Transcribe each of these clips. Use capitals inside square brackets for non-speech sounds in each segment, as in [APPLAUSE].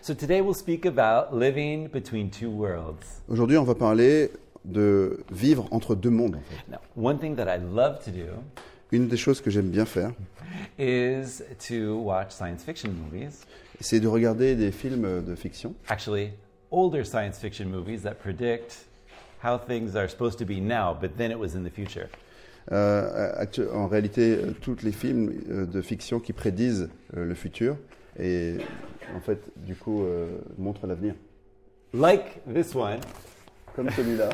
So today we'll speak about living between two worlds. Aujourd'hui, on va parler de vivre entre deux mondes. en fait. Now, one thing that I love to do Une des choses que j'aime bien faire, is to watch science fiction movies. c'est de regarder des films de fiction, Actually, older science fiction movies that predict how things are supposed to be now, but then it was in the future. Euh, actu- en réalité, euh, tous les films euh, de fiction qui prédisent euh, le futur et en fait, du coup, euh, montrent l'avenir. Like this one. Comme celui-là.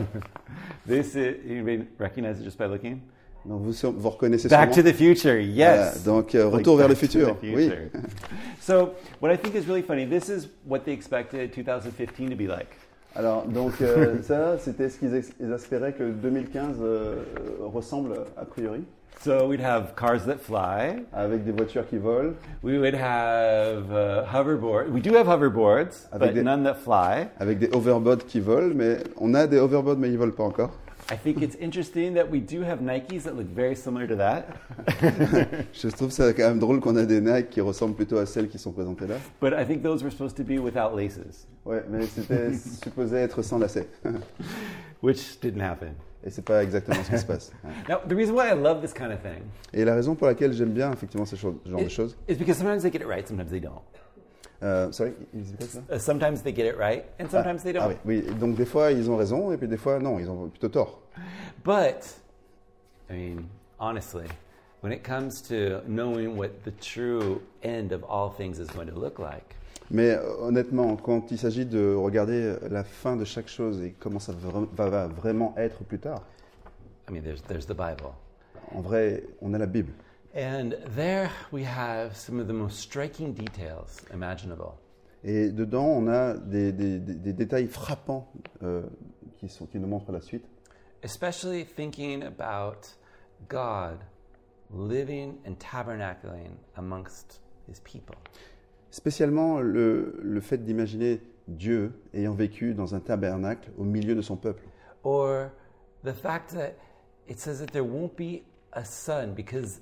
This is, you may recognize it just by looking. Donc, vous, vous reconnaissez Back to sûrement. the future, yes. Voilà, donc, euh, retour vers le Back to futur, the oui. future. [LAUGHS] so, what I think is really funny, this is what they expected 2015 to be like. Alors, donc, euh, ça, c'était ce qu'ils ex- ils espéraient que 2015 euh, ressemble, a priori, So, we'd have cars that fly. avec des voitures qui volent, We would have uh, hoverboard. We do have hoverboards, I but think that- none that fly. avec des hoverboards qui volent, mais on a des hoverboards, mais ils volent pas encore. I think it's interesting that we do have Nikes that look very similar to that. Je trouve ça quand même drôle qu'on a des Nike qui ressemblent plutôt à celles qui sont présentées là. But I think those were supposed to be without laces, Ouais, mais [LAUGHS] c'était supposé être sans [LAUGHS] lacets. which didn't happen. Et c'est pas exactement ce qui se passe. [LAUGHS] Ouais. Now, the reason why I love this kind of thing Et la raison pour laquelle j'aime bien effectivement ce cho- genre de choses. is because sometimes they get it right, sometimes they don't. Euh, sorry, ils disent quoi, ça Uh, sometimes they get it right, and sometimes they Ah don't. oui, oui, donc des fois ils ont raison et puis des fois non, ils ont plutôt tort. But, I mean, honestly, when it comes to knowing what the true end of all things is going to look like, Mais euh, honnêtement, quand il s'agit de regarder la fin de chaque chose et comment ça vra- va, va vraiment être plus tard, I mean, there's, there's the Bible. en vrai, on a la Bible. And there we have some of the most striking details imaginable. Et dedans, on a des, des- des- des détails frappants euh, qui, sont, qui nous montrent la suite. especially thinking about God living and tabernacling amongst his people. Spécialement le, le fait d'imaginer Dieu ayant vécu dans un tabernacle au milieu de son peuple. Or the fact that it says that there won't be a sun because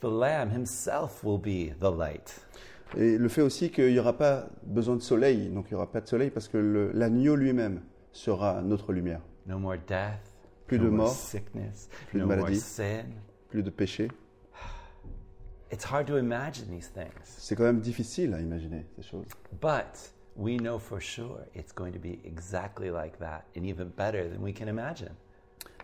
the Lamb himself will be the light. Et le fait aussi qu'il n'y aura pas besoin de soleil, donc il n'y aura pas de soleil parce que le- l'agneau lui-même sera notre lumière. No more death, Plus no de more mort, sickness, plus de no more maladie. sin. Plus de péché. It's hard to imagine these things, C'est quand même difficile à imaginer ces choses. but we know for sure it's going to be exactly like that and even better than we can imagine.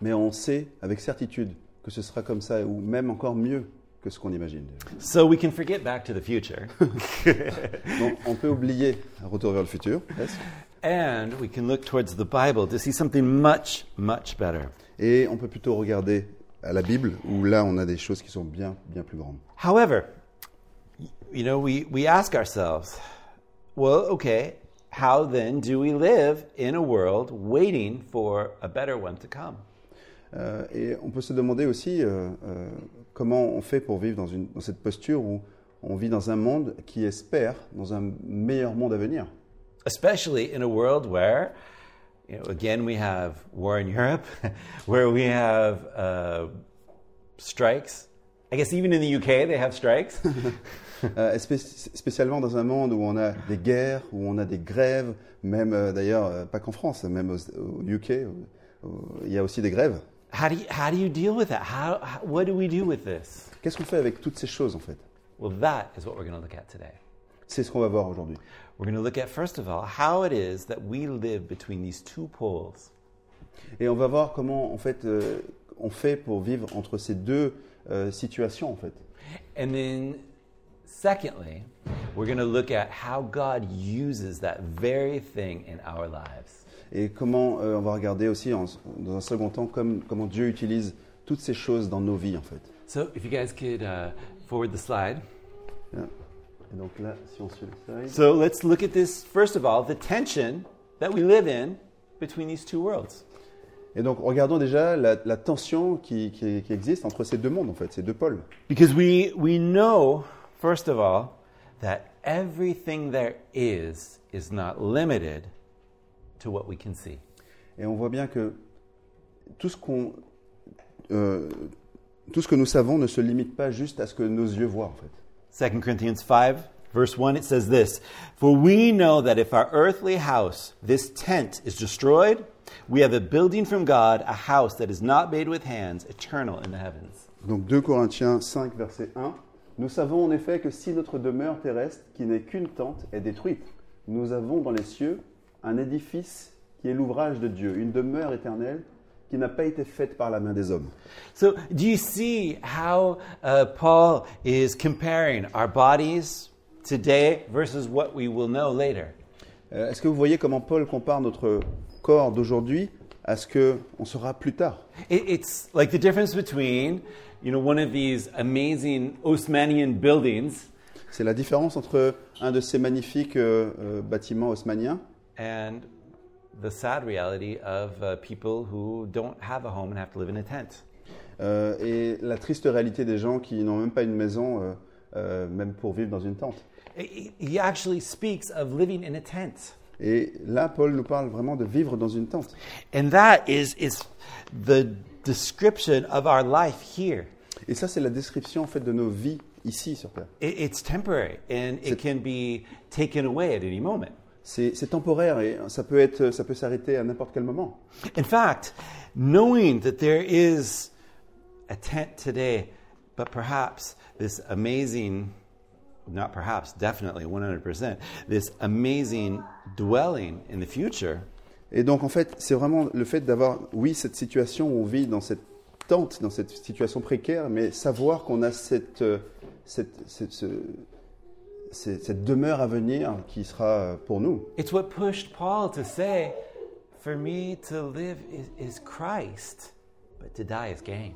Mais on sait avec certitude que ce sera comme ça ou même encore mieux que ce qu'on imagine. So we can forget back to the future. Donc on peut oublier Retour vers le futur. yes. And we can look towards the Bible to see something much, much better. Et on peut plutôt regarder à la Bible, où là, on a des choses qui sont bien, bien plus grandes. However, y- you know, we, we ask ourselves, well, okay, how then do we live in a world waiting for a better one to come? Euh, et on peut se demander aussi euh, euh, comment on fait pour vivre dans, une, dans cette posture où on vit dans un monde qui espère, dans un meilleur monde à venir. Especially in a world where, you know, again, we have war in Europe, [LAUGHS] where we have uh, strikes. I guess even in the UK, they have strikes. Euh, espé- spécialement dans un monde où on a des guerres, où on a des grèves, même euh, d'ailleurs, euh, pas qu'en France, même aux- au UK, où- où il y a aussi des grèves. how, do you, how do you deal with that? How, how, what do we do with this? Qu'est-ce qu'on fait avec toutes ces choses en fait Well, that is what we're going to look at today. C'est ce qu'on va voir aujourd'hui. We're going to look at, first of all, how it is that we live between these two poles. Et on va voir comment en fait euh, on fait pour vivre entre ces deux euh, situations en fait. And then, secondly, we're going to look at how God uses that very thing in our lives. Et comment euh, on va regarder aussi en- dans un second temps comme- comment Dieu utilise toutes ces choses dans nos vies en fait. So, if you guys could uh, forward the slide. Et donc là, si on suit le slide. So, let's look at this, first of all, the tension that we live in between these two worlds. Et donc regardons déjà la, la tension qui, qui- qui existe entre ces deux mondes en fait, ces deux pôles. Because we, we know, first of all, that everything there is is not limited to what we can see. Et on voit bien que tout ce qu'on euh, tout ce que nous savons ne se limite pas juste à ce que nos yeux voient en fait. 2 Corinthians 5 Verse 1, it says this For we know that if our earthly house, this tent, is destroyed, we have a building from God, a house that is not made with hands, eternal in the heavens. Donc 2 Corinthiens 5, verset 1. Nous savons en effet que si notre demeure terrestre, qui n'est qu'une tente, est détruite, nous avons dans les cieux un édifice qui est l'ouvrage de Dieu, une demeure éternelle qui n'a pas été faite par la main des hommes. So, do you see how uh, Paul is comparing our bodies today versus what we will know later? Euh, Est-ce que vous voyez comment Paul compare notre corps d'aujourd'hui à ce que on sera plus tard It, it's like the difference between, you know, one of these amazing Osmanian buildings C'est la différence entre un de ces magnifiques euh, euh, bâtiments haussmanniens and the sad reality of uh, people who don't have a home and have to live in a tent. euh, et la triste réalité des gens qui n'ont même pas une maison, euh, euh, même pour vivre dans une tente. He he actually speaks of living in a tent. Et là, Paul nous parle vraiment de vivre dans une tente. And that is, is the description of our life here. Et ça, c'est la description en fait de nos vies ici sur Terre. It, it's temporary and it can be taken away at any moment. C'est c'est temporaire et ça peut être, ça peut s'arrêter à n'importe quel moment. In fact, knowing that there is a tent today, but perhaps this amazing, not perhaps, definitely 100%, this amazing dwelling in the future, Et donc, en fait, c'est vraiment le fait d'avoir, oui, cette situation où on vit dans cette tente, dans cette situation précaire, mais savoir qu'on a cette, euh, cette, cette, ce- cette- cette demeure à venir qui sera pour nous. it's what pushed Paul to say, For me to live is, is Christ, but to die is gain.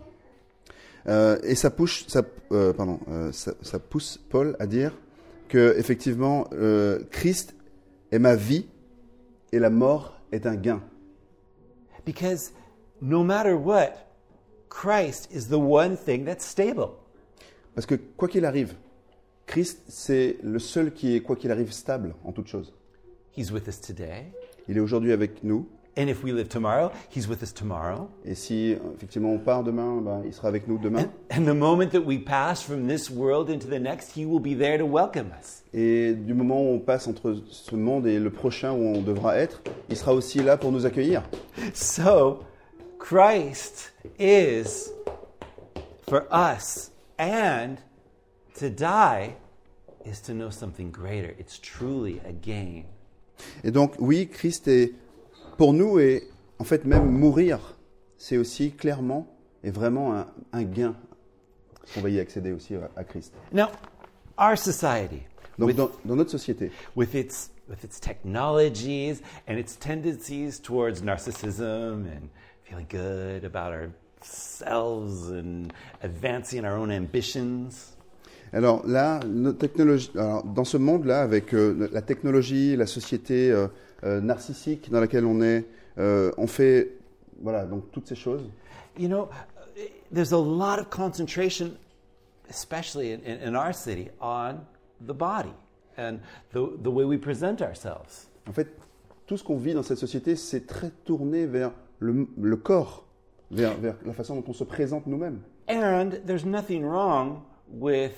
Euh, et ça pousse, ça, euh, pardon, euh, ça, ça pousse Paul à dire que effectivement, euh, Christ est ma vie et la mort est un gain. Because no matter what, Christ is the one thing that's stable. Parce que quoi qu'il arrive, Christ c'est le seul qui est quoi qu'il arrive stable en toute chose. He's with us today. Il est aujourd'hui avec nous And if we live tomorrow, he's with us tomorrow. et si euh, effectivement on part demain, ben, il sera avec nous demain. And the moment that we pass from this world into the next, he will be there to welcome us. Et du moment où on passe entre ce monde et le prochain où on devra être, il sera aussi là pour nous accueillir. So, Christ is for us, and to die is to know something greater. It's truly a gain. Et donc, oui, Christ est pour nous et en fait même mourir, c'est aussi clairement et vraiment un, un gain. On va y accéder aussi à, à Christ. Now, our society, Donc, dans, dans notre société, with its with its technologies and its tendencies towards narcissism and feeling good about ourselves and advancing our own ambitions. alors là, notre technologie, alors, dans ce monde-là, avec euh, la technologie, la société euh, euh, narcissique dans laquelle on est, euh, on fait voilà donc toutes ces choses. You know, there's a lot of concentration, especially in, in, in our city, on the body and the, the way we present ourselves. En fait, tout ce qu'on vit dans cette société, c'est très tourné vers le, le corps, vers- vers la façon dont on se présente nous-mêmes. And there's nothing wrong with,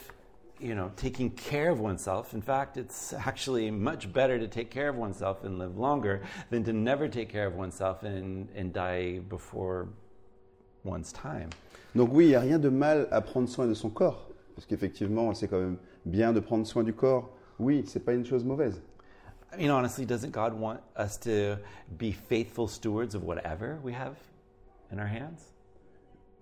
you know, taking care of oneself. In fact, it's actually much better to take care of oneself and live longer than to never take care of oneself and, and die before one's time. Donc oui, il n'y a rien de mal à prendre soin de son corps, parce qu'effectivement, c'est quand même bien de prendre soin du corps. Oui, c'est pas une chose mauvaise. I mean, honestly, doesn't God want us to be faithful stewards of whatever we have in our hands?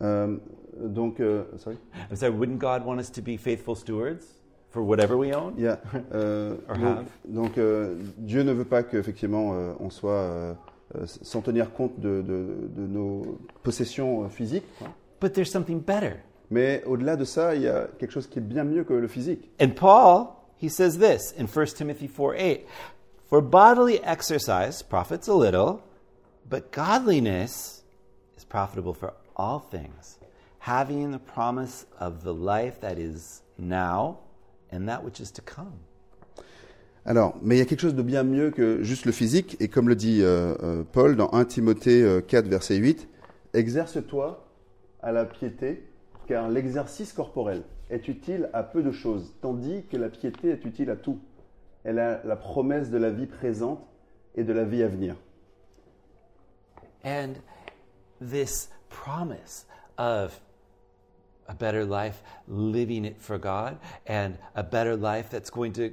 Euh, donc, euh, sorry. I'm sorry, wouldn't God want us to be faithful stewards for whatever we own? Il y a, euh, Or have. donc, donc, euh, Dieu ne veut pas qu'effectivement euh, on soit euh, euh, sans tenir compte de, de- de nos possessions euh, physiques. quoi. But there's something better. Mais au-delà de ça, il y a quelque chose qui est bien mieux que le physique. And Paul, he says this in 1 Timothy 4 8 For bodily exercise profits a little, but godliness is profitable for all things, having the promise of the life that is now and that which is to come. Alors, mais il y a quelque chose de bien mieux que juste le physique, et comme le dit euh, euh, Paul dans 1 Timothée euh, 4, verset 8, exerce-toi à la piété, car l'exercice corporel est utile à peu de choses, tandis que la piété est utile à tout. Elle a la promesse de la vie présente et de la vie à venir. And this promise of a better life, living it for God, and a better life that's going to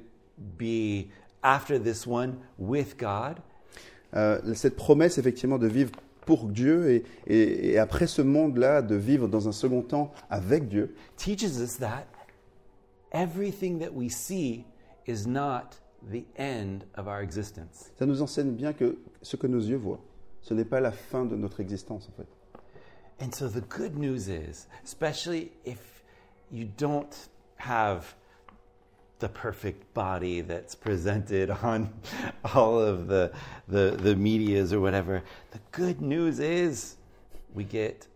be after this one with God, Euh, cette promesse effectivement de vivre pour Dieu et, et- et après ce monde-là, de vivre dans un second temps avec Dieu, teaches us that everything that we see is not the end of our existence. ça nous enseigne bien que ce que nos yeux voient, ce n'est pas la fin de notre existence en fait. And so the good news is, especially if you don't have the perfect body that's presented [LAUGHS] on all of the, the, the medias or whatever, the good news is we get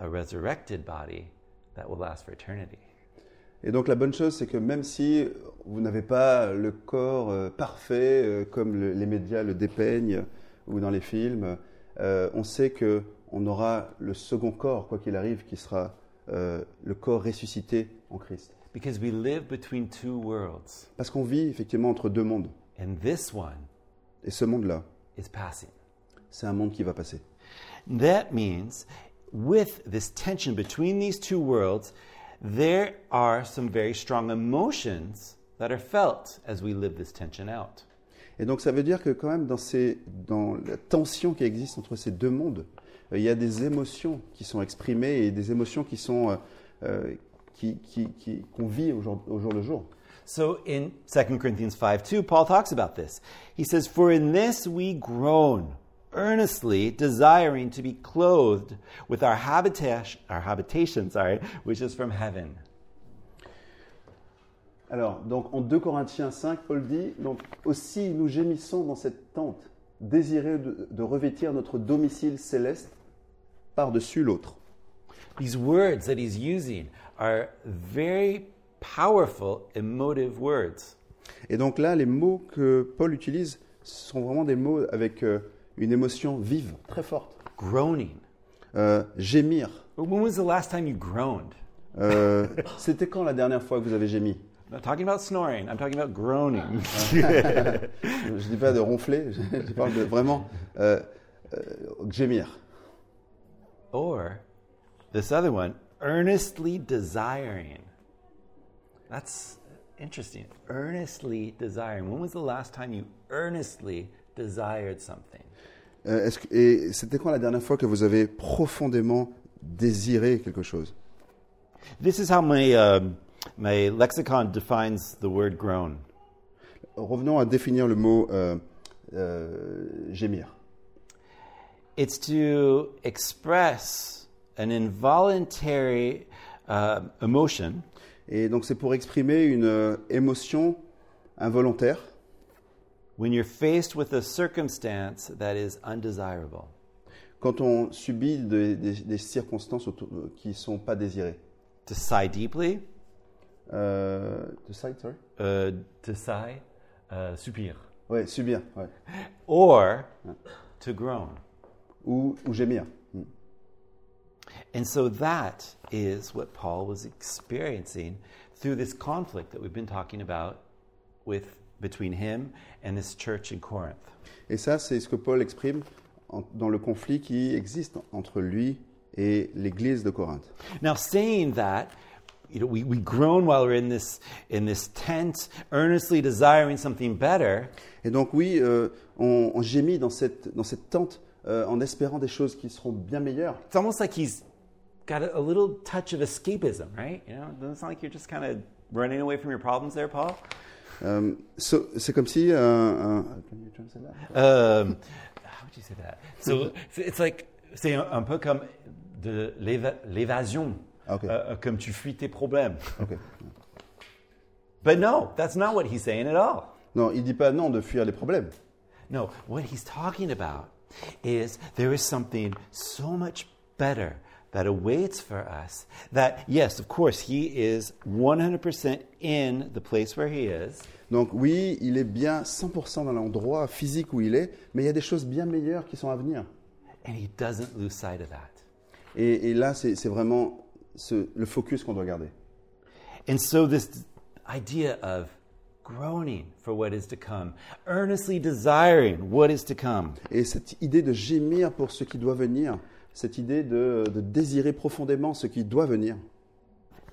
a resurrected body that will last for eternity. Et donc la bonne chose, c'est que même si vous n'avez pas le corps euh, parfait euh, comme le- les médias le dépeignent euh, ou dans les films, euh, on sait que on aura le second corps, quoi qu'il arrive, qui sera euh, le corps ressuscité en Christ. Because we live between two worlds, Parce qu'on vit effectivement entre deux mondes. and this one Et ce monde-là, is passing. c'est un monde qui va passer. That means, with this tension between these two worlds, there are some very strong emotions that are felt as we live this tension out. Et donc ça veut dire que quand même dans, ces, dans la tension qui existe entre ces deux mondes, euh, il y a des émotions qui sont exprimées et des émotions qui sont euh, euh, qui- qui- qui- qu'on vit au jour, au jour le jour. So in 2 Corinthians 5 2, Paul talks about this. He says, For in this we groan, earnestly desiring to be clothed with our, habita- our habitation, sorry, which is from heaven. Alors donc en 2 Corinthiens 5, Paul dit donc aussi nous gémissons dans cette tente, désireux de, de revêtir notre domicile céleste par-dessus l'autre. These words that he's using are very powerful, emotive words. Et donc là, les mots que Paul utilise sont vraiment des mots avec euh, une émotion vive, très forte. Groaning. Euh, gémir. But When was the last time you groaned? Euh, C'était quand la dernière fois que vous avez gémi I'm not talking about snoring, I'm talking about groaning. [LAUGHS] Je ne dis pas de ronfler, je, je parle de vraiment euh, euh, gémir. or this other one, earnestly desiring. That's interesting. Earnestly desiring. When was the last time you earnestly desired something? Euh, est-ce que- et c'était quand la dernière fois que vous avez profondément désiré quelque chose This is how my, um, my lexicon defines the word groan. Revenons à définir le mot euh, euh, gémir. It's to express an involuntary uh, emotion Et donc c'est pour exprimer une euh, émotion involontaire when you're faced with a circumstance that is undesirable. quand on subit des, des- des circonstances auto- euh, qui ne sont pas désirées. To sigh deeply, Euh, the side, sorry uh, to sigh, uh, soupir, Ouais, subir, ouais. or to groan. Ou, ou gémir. And so that is what Paul was experiencing through this conflict that we've been talking about with between him and this church in Corinth. Et ça, c'est ce que Paul exprime en- dans le conflit qui existe entre lui et l'église de Corinthe. Now, saying that, you know, we, we groan while we're in this in this tent, earnestly desiring something better. Et donc oui, euh, on, on gémit dans cette, dans cette tente euh, en espérant des choses qui seront bien meilleures. It's almost like he's got a, a little touch of escapism, right? You know, doesn't it sound like you're just kind of running away from your problems there, Paul? Euh, so- c'est comme si... euh, un- Um, how would you say that? So it's- it's like c'est un, un peu comme de l'éva- l'évasion, Ah, okay. Euh, euh, comme tu fuis tes problèmes. Ok. But no, that's not what he's saying at all. Non, il dit pas non de fuir les problèmes. No, what he's talking about is there is something so much better that awaits for us that, yes, of course, he is 100% in the place where he is, Donc oui, il est bien 100% dans l'endroit physique où il est, mais il y a des choses bien meilleures qui sont à venir. and he doesn't lose sight of that. Et, et là, c'est c'est vraiment ce- le focus qu'on doit garder. And so, this idea of groaning for what is to come, earnestly desiring what is to come, Et cette idée de gémir pour ce qui doit venir, cette idée de, de désirer profondément ce qui doit venir,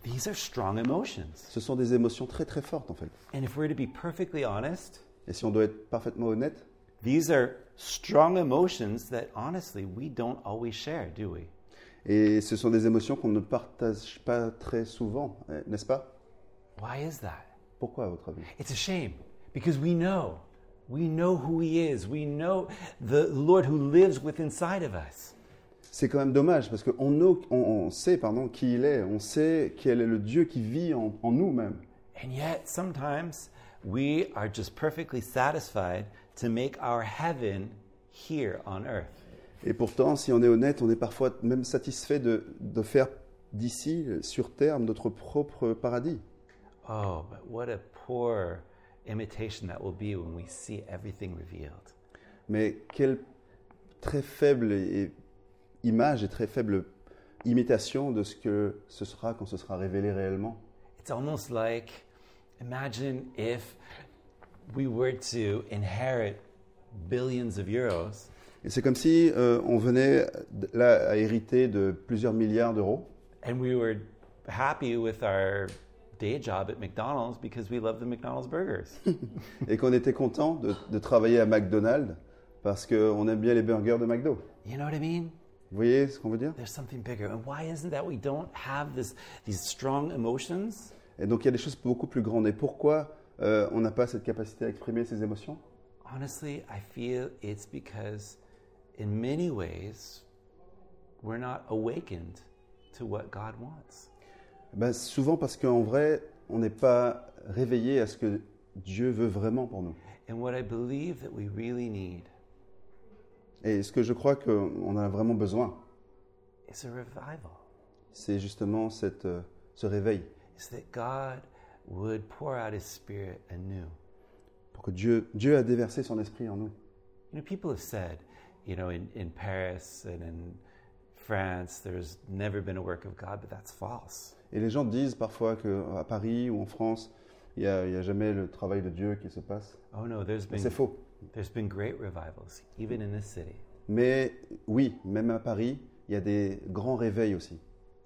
these are strong emotions. ce sont des émotions très très fortes en fait. And if we're to be perfectly honest, Et si on doit être parfaitement honnête, these are strong emotions that honestly we don't always share, do we? et ce sont des émotions qu'on ne partage pas très souvent, eh, n'est-ce pas Why is that? Pourquoi à votre avis It's a shame because we know. We know who He is. We know the Lord who lives within inside of us. C'est quand même dommage parce qu'on on, on sait pardon, qui il est, on sait quel est le Dieu qui vit en, en nous même. And yet, sometimes we are just perfectly satisfied to make our heaven here on earth. Et pourtant, si on est honnête, on est parfois même satisfait de, de faire d'ici, euh, sur Terre, notre propre paradis. Oh, but what a poor imitation that will be when we see everything revealed. Mais quelle très faible et- image et très faible imitation de ce que ce sera quand ce sera révélé réellement. It's almost like imagine if we were to inherit billions of euros Et c'est comme si euh, on venait d- là à hériter de plusieurs milliards d'euros and we were happy with our day job at McDonald's because we love the McDonald's burgers. et qu'on était content de, de travailler à McDonald's parce qu'on aime bien les burgers de McDo. you know what I mean? Vous voyez ce qu'on veut dire There's something bigger. And why isn't that we don't have this these strong emotions? Et donc il y a des choses beaucoup plus grandes. Et pourquoi euh, on n'a pas cette capacité à exprimer ses émotions Honestly, I feel it's because in many ways we're not awakened to what God wants. Ben, Souvent parce qu'en vrai, on n'est pas réveillé à ce que Dieu veut vraiment pour nous. And what I believe that we really need Et ce que je crois qu'on a vraiment besoin, is a revival. c'est justement cette, euh, ce réveil, Is that God would pour out his spirit anew. pour que Dieu, Dieu a déversé son esprit en nous. You know, people have said, you know, in, in Paris and in France, there's never been a work of God, but that's false. Et les gens disent parfois qu'à Paris ou en France, il n'y a, il y a jamais le travail de Dieu qui se passe. Oh no, there's Mais c'est been faux. there's been great revivals, even in this city. Mais oui, même à Paris, il y a des grands réveils aussi.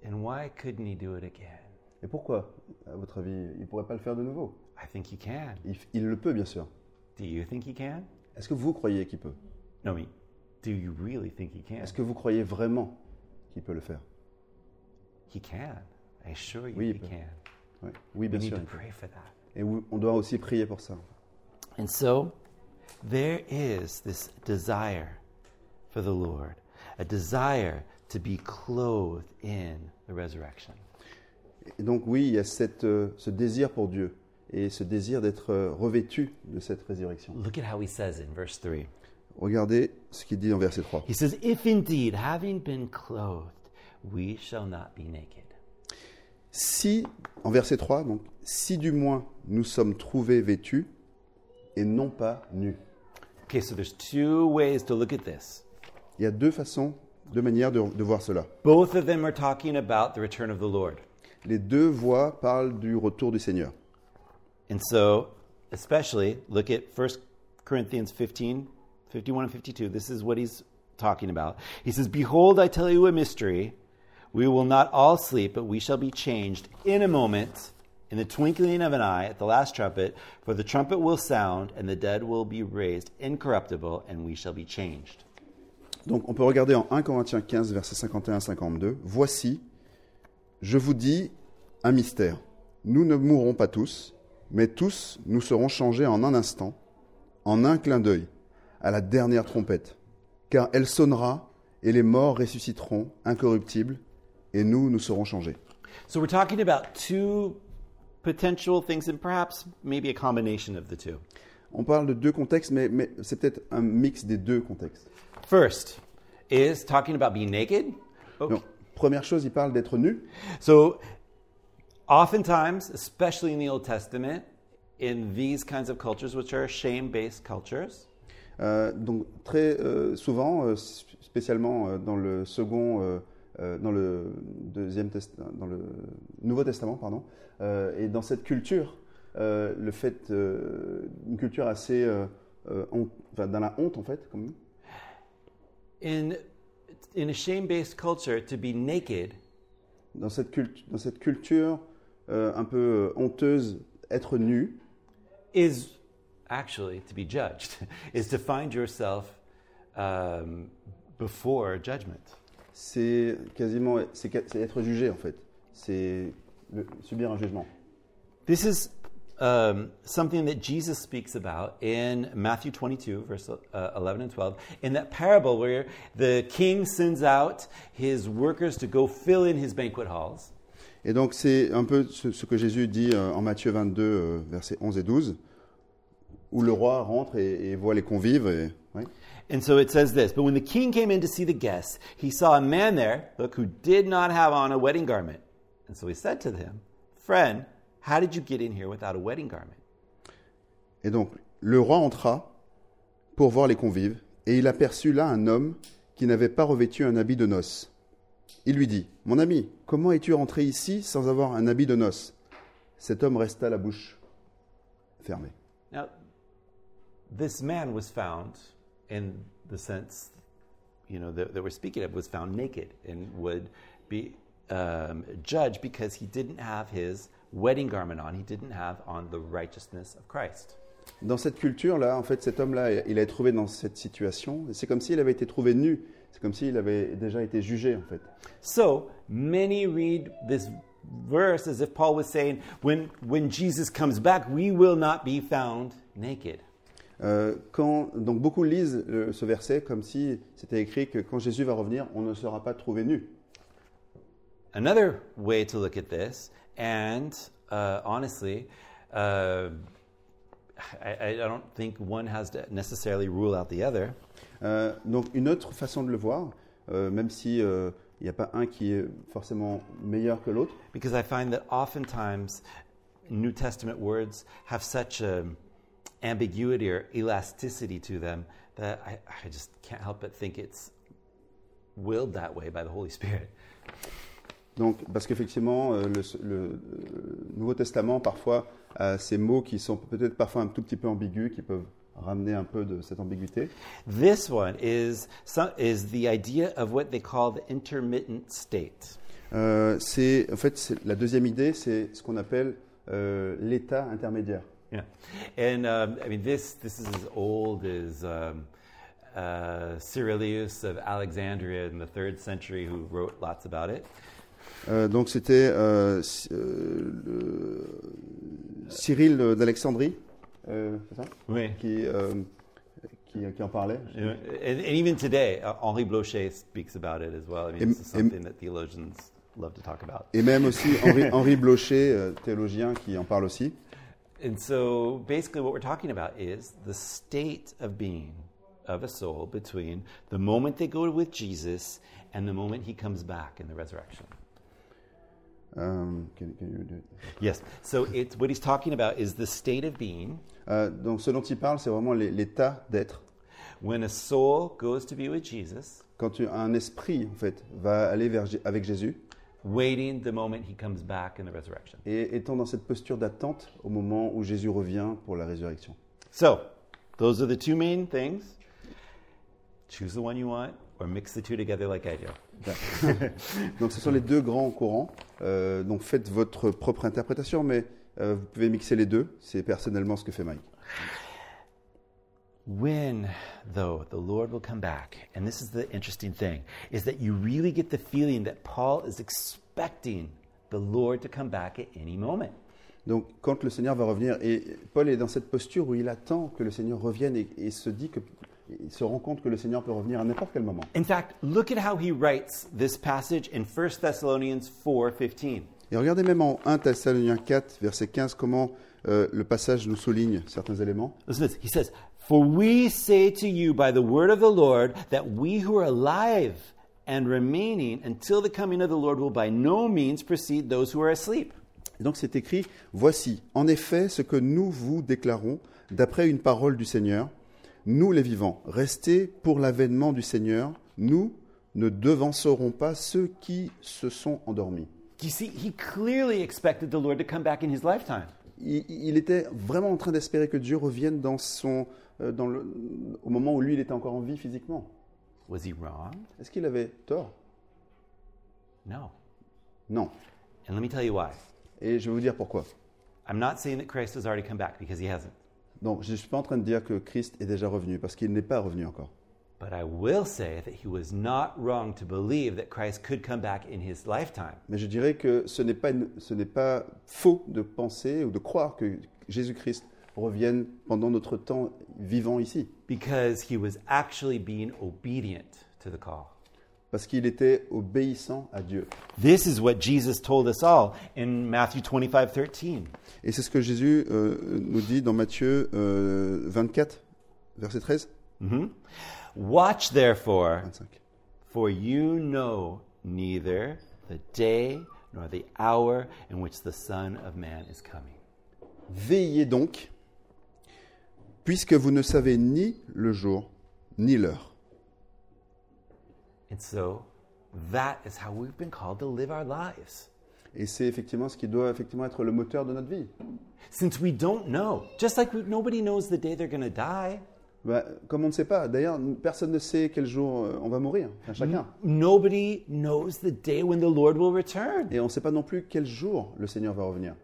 And why couldn't he do it again? Et pourquoi, à votre avis, il ne pourrait pas le faire de nouveau I think he can. il, il le peut, bien sûr. Do you think he can? Est-ce que vous croyez qu'il peut No, me. Do you really think he can? Est-ce que vous croyez vraiment qu'il peut le faire He can. I assure you, Oui, il he peut. can. Ouais. Oui, We bien need sûr. to il peut. pray for that. Et oui, on doit aussi prier pour ça. And so there is this desire for the Lord, a desire to be clothed in the resurrection. Et donc oui, il y a cette, euh, ce désir pour Dieu et ce désir d'être euh, revêtu de cette résurrection. Look at how he says in verse 3. Regardez ce qu'il dit en verset 3. He says, If indeed, having been clothed, we shall not be naked. Si, en verset 3, donc, si du moins nous sommes trouvés vêtus et non pas nus. Okay, so there's two ways to look at this. Il y a deux façons, deux manières de, de voir cela. Both of them are talking about the return of the Lord. Les deux voies parlent du retour du Seigneur. And so, especially, look at 1 Corinthians 15, 51 and 52. This is what he's talking about. He says, Behold, I tell you a mystery. We will not all sleep, but we shall be changed in a moment, in the twinkling of an eye, at the last trumpet. For the trumpet will sound, and the dead will be raised incorruptible, and we shall be changed. Donc on peut regarder en 1 Corinthiens 15, versets 51 à 52. Voici, je vous dis un mystère. Nous ne mourrons pas tous, mais tous nous serons changés en un instant, en un clin d'œil, à la dernière trompette. Car elle sonnera et les morts ressusciteront incorruptibles, et nous, nous serons changés. So we're talking about two potential things, and perhaps maybe a combination of the two. On parle de deux contextes, mais, mais c'est peut-être un mix des deux contextes. First is talking about being naked. Okay. Donc, première chose, il parle d'être nu. So, oftentimes, especially in the Old Testament, in these kinds of cultures, which are shame based cultures, Euh, donc très euh, souvent, euh, s- spécialement euh, dans le second euh, euh, dans le deuxième Test- dans le Nouveau Testament, pardon, euh, et dans cette culture, euh, le fait, euh, une culture assez euh, euh, hon- enfin, dans la honte en fait, comme In, in a shame based culture, to be naked dans cette, cult- dans cette culture euh, un peu euh, honteuse, être nu, is actually to be judged, [LAUGHS] is to find yourself um, before judgment. c'est quasiment, c'est ca- c'est être jugé en fait, c'est le- subir un jugement. This is um, something that Jesus speaks about in Matthew 22, verse uh, 11 and 12, in that parable where the king sends out his workers to go fill in his banquet halls. Et donc c'est un peu ce, ce que Jésus dit euh, en Matthieu 22, euh, versets 11 et 12, où le roi rentre et, et voit les convives. Et, oui. And so it says this But when the king came in to see the guests, he saw a man there, look, who did not have on a wedding garment. And so he said to him, Friend, how did you get in here without a wedding garment? Et donc le roi entra pour voir les convives, et il aperçut là un homme qui n'avait pas revêtu un habit de noces. Il lui dit, Mon ami, comment es-tu rentré ici sans avoir un habit de noces Cet homme resta la bouche fermée. Now, this man was found in the sense, you know, that, that we're speaking of, was found naked and would be um, judged because he didn't have his wedding garment on. He didn't have on the righteousness of Christ. Dans cette culture-là, en fait, cet homme-là, il a été trouvé dans cette situation. et C'est comme s'il avait été trouvé nu. C'est comme s'il avait déjà été jugé, en fait. So many read this verse as if Paul was saying, when, when Jesus comes back, we will not be found naked. Euh, quand, donc beaucoup lisent le- ce verset comme si c'était écrit que quand Jésus va revenir, on ne sera pas trouvé nu. Another way to look at this, and uh, honestly, uh, I, I I don't think one has to necessarily rule out the other, Euh, donc une autre façon de le voir, euh, même si euh, il n'y a pas un qui est forcément meilleur que l'autre, because I find that oftentimes New Testament words have such um ambiguity or elasticity to them that I, I just can't help but think it's willed that way by the Holy Spirit. Donc, parce qu'effectivement, euh, le, le, euh, Nouveau Testament, parfois, a ces mots qui sont peut-être parfois un tout petit peu ambigus, qui peuvent ramener un peu de cette ambiguïté. This one is, so- is the idea of what they call the intermittent state. Euh, c'est, en fait, c'est- la deuxième idée, c'est ce qu'on appelle euh, l'état intermédiaire. Yeah, and um, I mean this this is as old as um, uh, Cyrillus of Alexandria in the third century, who wrote lots about it. Euh, donc, c'était euh, Cy- euh, le- Cyril d'Alexandrie, euh, c'est ça qui, euh, qui, qui en parlait. You know, And, and even today, uh, Henri Blochet speaks about it as well. I mean, Im- this is something that theologians love to talk about. Et même aussi Henri, Henri Blocher, euh, théologien, qui en parle aussi. And so, basically, what we're talking about is the state of being of a soul between the moment they go with Jesus and the moment he comes back in the resurrection. Euh, can- can you do it? Yes. So it's what he's talking about is the state of being Euh, donc ce dont il parle, c'est vraiment les- l'état d'être. when a soul goes to be with Jesus, Quand tu- un esprit, en fait, va aller vers, Jé- avec Jésus waiting the moment he comes back in the resurrection. et étant dans cette posture d'attente au moment où Jésus revient pour la résurrection. So those are the two main things. Choose the one you want or mix the two together like I do. Donc ce sont les deux grands courants. Euh, donc faites votre propre interprétation, mais euh, vous pouvez mixer les deux. C'est personnellement ce que fait Mike. When, though, the Lord will come back, and this is the interesting thing, is that you really get the feeling that Paul is expecting the Lord to come back at any moment. Donc quand le Seigneur va revenir, et Paul est dans cette posture où il attend que le Seigneur revienne et, et se dit que il se rend compte que le Seigneur peut revenir à n'importe quel moment. In fact, look at how he writes this passage in 1 Thessalonians 4:15. Et regardez même en 1 Thessaloniciens 4, verset 15, comment euh, le passage nous souligne certains éléments. Listen to this. He says, For we say to you by the word of the Lord that we who are alive and remaining until the coming of the Lord will by no means precede those who are asleep. Et donc c'est écrit, voici, en effet, ce que nous vous déclarons, d'après une parole du Seigneur, nous les vivants, restés pour l'avènement du Seigneur, nous ne devanceront pas ceux qui se sont endormis. Do you see? He clearly expected the Lord to come back in his lifetime. Il, il était vraiment en train d'espérer que Dieu revienne dans son, euh, dans le- au moment où lui, il était encore en vie physiquement. Was he wrong? Est-ce qu'il avait tort No. Non. And let me tell you why. Et je vais vous dire pourquoi. I'm not saying that Christ has already come back because he hasn't. Donc, je ne suis pas en train de dire que Christ est déjà revenu, parce qu'il n'est pas revenu encore. But I will say that he was not wrong to believe that Christ could come back in his lifetime. Mais je dirais que ce n'est pas, une- ce n'est pas faux de penser ou de croire que Jésus-Christ revienne pendant notre temps vivant ici, because he was actually being obedient to the call. parce qu'il était obéissant à Dieu. This is what Jesus told us all in Matthew 25 13. Et c'est ce que Jésus euh, nous dit dans Matthieu euh, 24, verset 13, Watch therefore, 25. for you know neither the day nor the hour in which the Son of Man is coming. Veillez donc, puisque vous ne savez ni le jour, ni l'heure. And so that is how we've been called to live our lives. Et c'est effectivement ce qui doit effectivement être le moteur de notre vie. Since we don't know, just like we, nobody knows the day they're going to die, Bah, comme on ne sait pas, d'ailleurs, personne ne sait quel jour euh, on va mourir, enfin, chacun. nobody knows the day when the Lord will return, Et on ne sait pas non plus quel jour le Seigneur va revenir,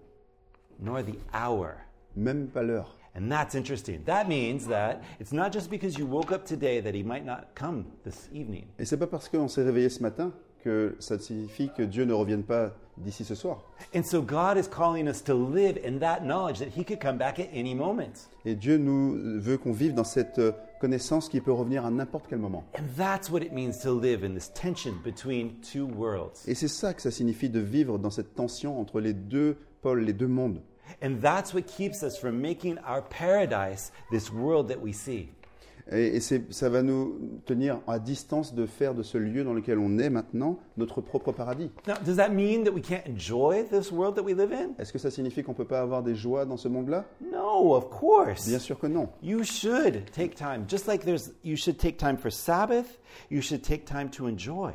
nor the hour même pas l'heure. And that's interesting. That means that it's not just because you woke up today that he might not come this evening. Et c'est pas parce qu'on s'est réveillé ce matin que ça signifie que Dieu ne revienne pas d'ici ce soir. And so God is calling us to live in that knowledge that he could come back at any moment. Et Dieu nous veut qu'on vive dans cette euh, connaissance qui peut revenir à n'importe quel moment. And that's what it means to live in this tension between two worlds. Et c'est ça que ça signifie de vivre dans cette tension entre les deux pôles, les deux mondes. And that's what keeps us from making our paradise this world that we see. Et, et c'est- ça va nous tenir à distance de faire de ce lieu dans lequel on est maintenant notre propre paradis. Now, does that mean that we can't enjoy this world that we live in? Est-ce que ça signifie qu'on ne peut pas avoir des joies dans ce monde-là No, of course. Bien sûr que non. You should take time, just like there's you should take time for Sabbath, you should take time to enjoy.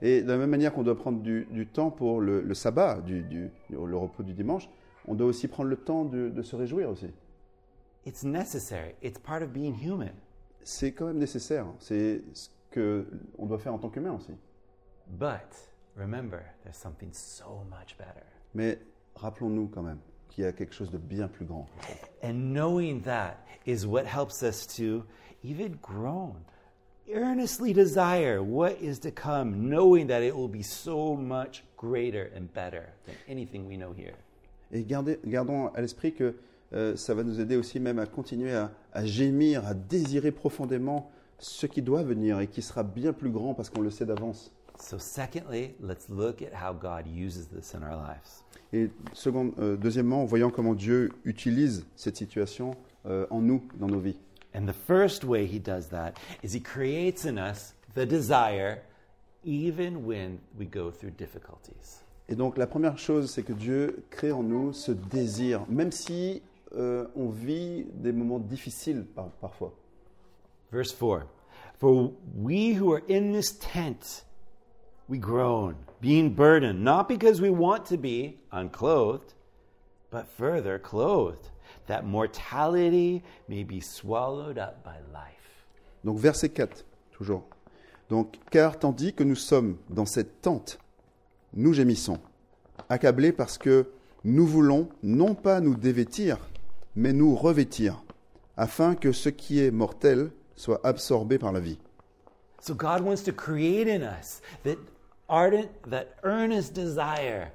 Et de la même manière qu'on doit prendre du, du temps pour le, le sabbat, du, du- le repos du dimanche, on doit aussi prendre le temps de, de se réjouir aussi. It's necessary. It's part of being human. C'est quand même nécessaire. hein. C'est ce qu'on doit faire en tant qu'humain aussi. But remember, there's something so much better. Mais rappelons-nous quand même qu'il y a quelque chose de bien plus grand. And knowing that is what helps us to even groan, earnestly desire what is to come, knowing that it will be so much greater and better than anything we know here. Et gardez- gardons à l'esprit que euh, ça va nous aider aussi même à continuer à, à gémir, à désirer profondément ce qui doit venir et qui sera bien plus grand parce qu'on le sait d'avance. So, secondly, let's look at how God uses this in our lives. Et seconde- euh, deuxièmement, en voyant comment Dieu utilise cette situation euh, en nous, dans nos vies. And the first way he does that is he creates in us the desire, even when we go through difficulties. Et donc la première chose, c'est que Dieu crée en nous ce désir, même si euh, on vit des moments difficiles par- parfois. Verse 4 For we who are in this tent, we groan, being burdened, not because we want to be unclothed, but further clothed, that mortality may be swallowed up by life. Donc verset 4, toujours. Donc, car tandis que nous sommes dans cette tente, nous gémissons, accablés parce que nous voulons non pas nous dévêtir, mais nous revêtir, afin que ce qui est mortel soit absorbé par la vie. So God wants to create in us that ardent, that earnest desire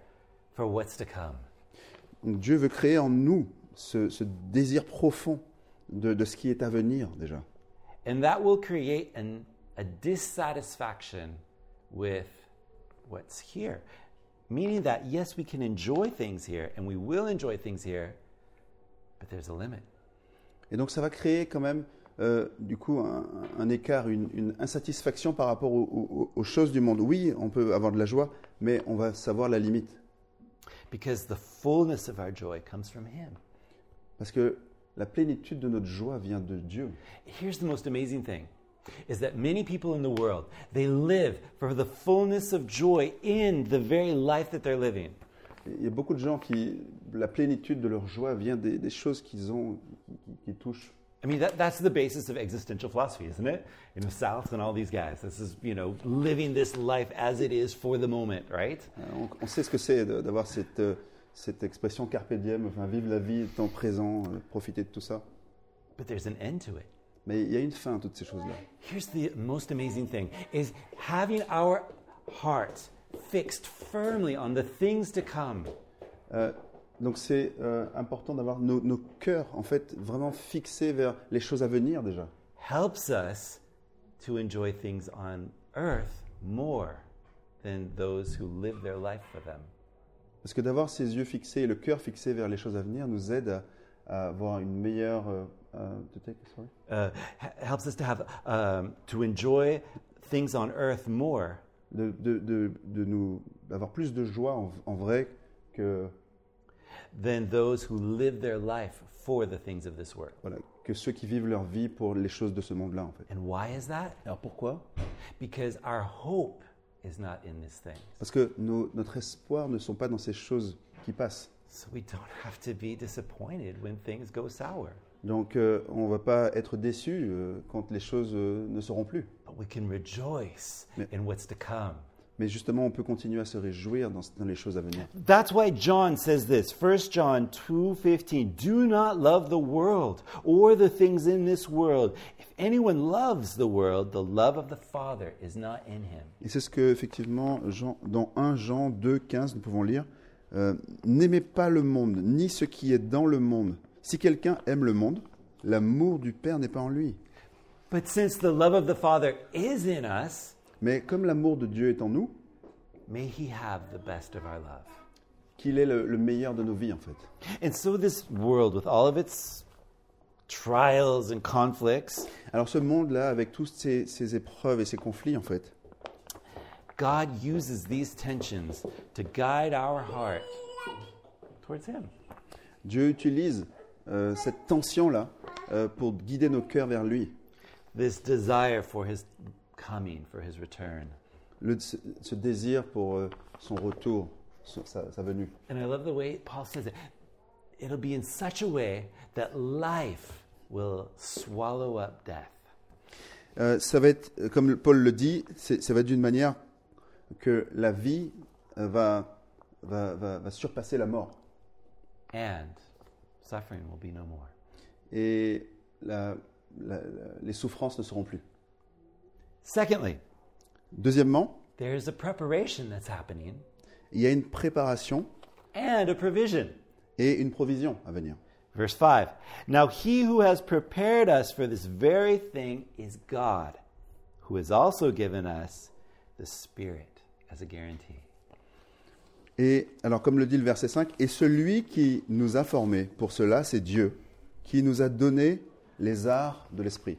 for what's to come. Donc, Dieu veut créer en nous ce, ce désir profond de, de ce qui est à venir déjà. And that will create an, a dissatisfaction with what's here. Meaning that, yes, we can enjoy things here and we will enjoy things here, but there's a limit. Et donc ça va créer quand même, euh, du coup, un, un écart, une, une insatisfaction par rapport au- au- aux choses du monde. Oui, on peut avoir de la joie, mais on va savoir la limite. Because the fullness of our joy comes from Him. Parce que la plénitude de notre joie vient de Dieu. Here's the most amazing thing is that many people in the world they live for the fullness of joy in the very life that they're living. Il y a beaucoup de gens qui, la plénitude de leur joie vient des, des choses qu'ils ont, qui, qui touchent. I mean, that, that's the basis of existential philosophy, isn't it? You know, South and all these guys. This is, you know, living this life as it is for the moment, right? Euh, on, on sait ce que c'est de- d'avoir cette, euh, cette expression carpe diem, enfin vivre la vie, temps présent, euh, profiter de tout ça. But there's an end to it. Mais il y a une fin à toutes ces choses-là. Here's the most amazing thing is having our hearts fixed firmly on the things to come. Euh, donc c'est euh, important d'avoir nos, nos cœurs en fait vraiment fixés vers les choses à venir déjà. helps us to enjoy things on earth more than those who live their life for them. Parce que d'avoir ses yeux fixés et le cœur fixé vers les choses à venir nous aide à, à avoir une meilleure... euh, euh, to take this away Uh, h- helps us to have um, to enjoy things on earth more de, de, de, de nous d'avoir plus de joie en, en vrai que than those who live their life for the things of this world. voilà que ceux qui vivent leur vie pour les choses de ce monde-là en fait. And why is that? Alors pourquoi Because our hope is not in this thing. Parce que nos- notre espoir ne sont pas dans ces choses qui passent. So we don't [LAUGHS] have to be disappointed when things go sour. Donc euh, on va pas être déçus euh, quand les choses euh, ne seront plus. But we can rejoice Yeah. in what's to come. Mais justement, on peut continuer à se réjouir dans, dans les choses à venir. That's why John says this, 1 John 2:15, do not love the world or the things in this world. If anyone loves the world, the love of the Father is not in him. Et c'est ce que, effectivement, Jean- dans 1 Jean 2, 15, nous pouvons lire euh, N'aimez pas le monde, ni ce qui est dans le monde. Si quelqu'un aime le monde, l'amour du Père n'est pas en lui. But since the love of the Father is in us, Mais comme l'amour de Dieu est en nous, may he have the best of our love. qu'il est le, le meilleur de nos vies, en fait. And so this world with all of its trials and conflicts, Alors, ce monde-là, avec toutes ces, ces épreuves et ces conflits, en fait, God uses these tensions to guide our heart towards him. Dieu utilise euh, cette tension-là euh, pour guider nos cœurs vers lui. This desire for his coming, for his return. Le- ce, ce désir pour euh, son retour, son- sa- sa venue. And I love the way Paul says it. It'll be in such a way that life will swallow up death. Euh, ça va être, euh, comme Paul le dit, c'est- ça va être d'une manière que la vie euh, va, va, va, va surpasser la mort. And suffering will be no more. Et la- la- la- les souffrances ne seront plus. Secondly, Deuxièmement, there is a preparation that's happening il y a une préparation and a provision. et une provision à venir. Verse 5 Now he who has prepared us for this very thing is God, who has also given us the Spirit as a guarantee. Et alors, comme le dit le verset 5, et celui qui nous a formés pour cela, c'est Dieu, qui nous a donné les arts de l'esprit.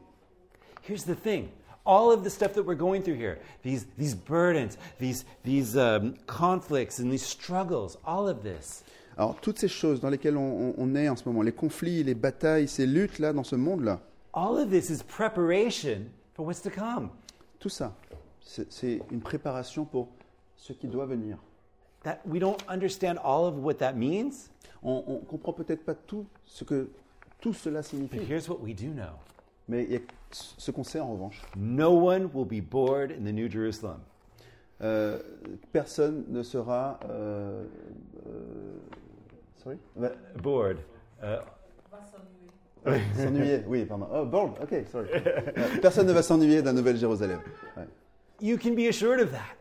Here's the thing. All of the stuff that we're going through here, these, these burdens, these, these um, conflicts and these struggles, all of this, Alors, toutes ces choses dans lesquelles on, on- on est en ce moment, les conflits, les batailles, ces luttes-là, dans ce monde-là, all of this is preparation for what's to come. Tout ça, c'est c'est une préparation pour ce qui doit venir. That we don't understand all of what that means, On ne comprend peut-être pas tout ce que tout cela but signifie, here's what we do know. mais il y a ce qu'on sait en revanche. No one will be bored in the New Jerusalem. Euh, personne ne sera... euh, euh, sorry Va- Bored. Uh, S'ennuyer, [LAUGHS] oui, pardon. Oh, bored, ok, sorry. Euh, personne ne va s'ennuyer d'un Nouvelle Jérusalem. Ouais. you can be assured of that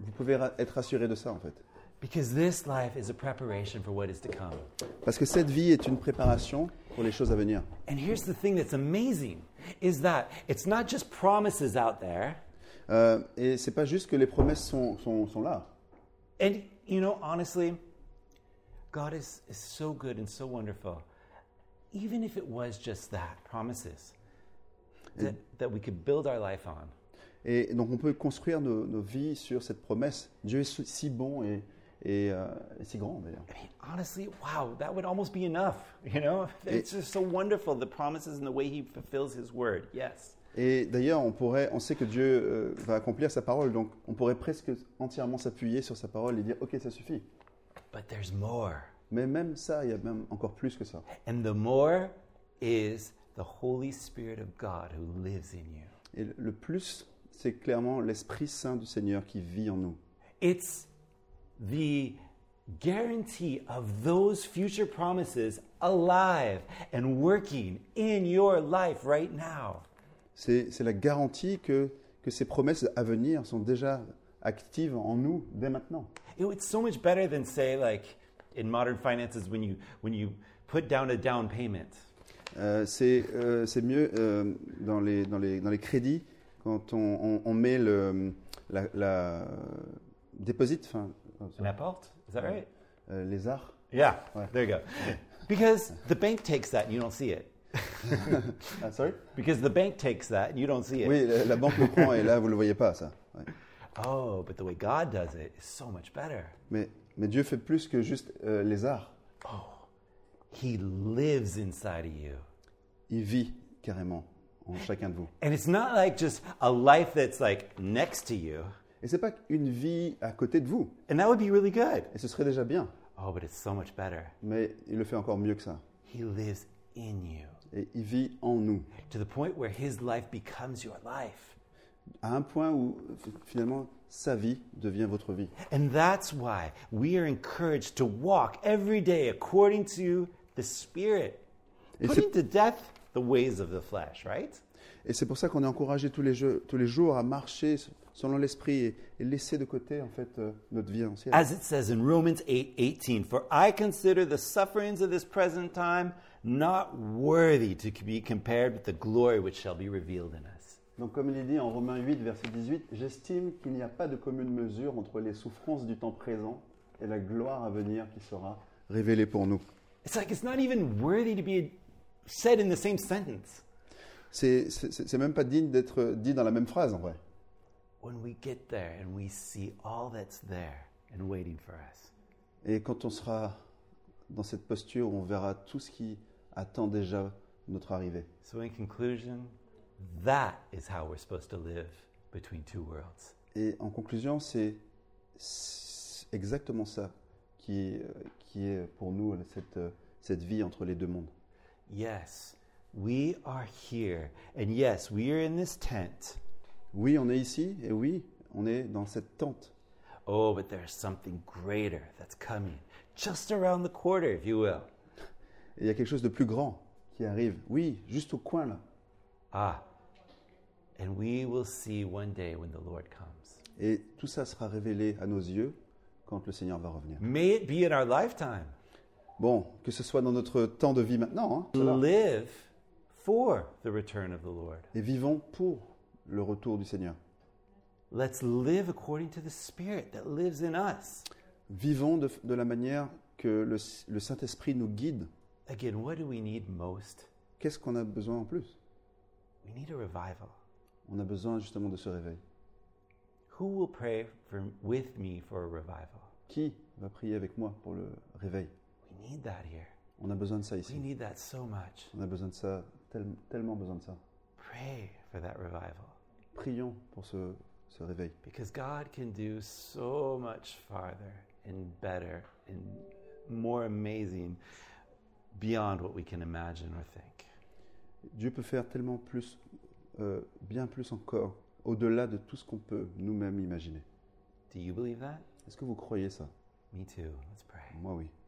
Vous pouvez ra- être rassuré de ça, en fait. because this life is a preparation for what is to come. Parce que cette vie est une préparation pour les choses à venir. And here's the thing that's amazing is that it's not just promises out there. Euh, et c'est pas juste que les promesses sont- sont- sont là. And you know, honestly, God is, is so good and so wonderful. Even if it was just that, promises that, that we could build our life on. Et donc on peut construire nos, nos vies sur cette promesse. Dieu est si- si bon et, et, euh, et si grand d'ailleurs. I mean, honestly, wow, that would almost [LAUGHS] be enough. You know, it's just so wonderful the promises and the way He fulfills His word. Yes. Et d'ailleurs, on pourrait, on sait que Dieu euh, va accomplir sa parole, donc on pourrait presque entièrement s'appuyer sur sa parole et dire, ok, ça suffit. But there's more. Mais même ça, il y a même encore plus que ça. And the more is the Holy Spirit of God who lives in you. Et le- le plus, c'est clairement l'Esprit Saint du Seigneur qui vit en nous. It's the guarantee of those future promises alive and working in your life right now. C'est c'est la garantie que, que ces promesses à venir sont déjà actives en nous dès maintenant. It- it's so much better than say like in modern finances when you when you put down a down payment Euh, c'est euh, c'est mieux euh, dans, les, dans, les, dans les crédits quand on, on- on met le, la, la déposite, enfin, oh, an apport. Is that right? euh, les arts. Yeah. There you go. Because the bank takes that and you don't see it. Ah, sorry Because the bank takes that and you don't see it. Oui, la, la banque le prend et là, vous ne le voyez pas, ça. Ouais. Oh, but the way God does it is so much better. Mais, mais Dieu fait plus que juste euh, les arts. He lives inside of you. Il vit carrément en chacun de vous. And it's not like just a life that's like next to you. Et c'est pas une vie à côté de vous, And that would be really good. et ce serait déjà bien, Oh, but it's so much better. mais il le fait encore mieux que ça. He lives in you Et il vit en nous, to the point where his life becomes your life. à un point où f- finalement sa vie devient votre vie. And that's why we are encouraged to walk every day according to the Spirit, It's a- putting to death the ways of the flesh, right? Et c'est pour ça qu'on est encouragé tous les, jeux- tous les jours à marcher s- selon l'esprit et, et laisser de côté en fait euh, notre vie ancienne. As it says in Romans 8 18, for I consider the sufferings of this present time not worthy to be compared with the glory which shall be revealed in us. Donc comme il est dit en Romains 8, verset 18, j'estime qu'il n'y a pas de commune mesure entre les souffrances du temps présent et la gloire à venir qui sera révélée pour nous. It's like it's not even worthy to be said in the same sentence. C'est- C'est c'est- c'est même pas digne d'être dit dans la même phrase en vrai. When we get there and we see all that's there and waiting for us. Et quand on sera dans cette posture, on verra tout ce qui attend déjà notre arrivée. So, in conclusion, that is how we're supposed to live between two worlds. Et en conclusion, c'est c'est exactement ça qui est, euh, qui est pour nous cette, euh, cette vie entre les deux mondes. Yes, we are here. And yes, we are in this tent. Oui, on est ici, et oui, on est dans cette tente. Oh, but there's something greater that's coming just around the corner, if you will. Et il y a quelque chose de plus grand qui arrive. Oui, juste au coin là. Ah, and we will see one day when the Lord comes. Et tout ça sera révélé à nos yeux quand le Seigneur va revenir. May it be in our lifetime. Bon, que ce soit dans notre temps de vie maintenant, hein, Live for the return of the Lord. et vivons pour le retour du Seigneur. Let's live according to the Spirit that lives in us. Vivons de, de la manière que le, le Saint-Esprit nous guide. Again, what do we need most? Qu'est-ce qu'on a besoin en plus We need a revival. On a besoin justement de ce réveil. Who will pray for, with me for a revival? Qui va prier avec moi pour le réveil We need that here. On a besoin de ça We ici. need that so much. On a besoin de ça, tel- tellement besoin de ça. Pray for that revival Prions pour ce, ce réveil. because God can do so much farther and better and more amazing beyond what we can imagine or think. Dieu peut faire tellement plus, euh, bien plus encore, au-delà de tout ce qu'on peut nous-mêmes imaginer. Do you believe that? Est-ce que vous croyez ça Me too. Let's pray. Moi oui.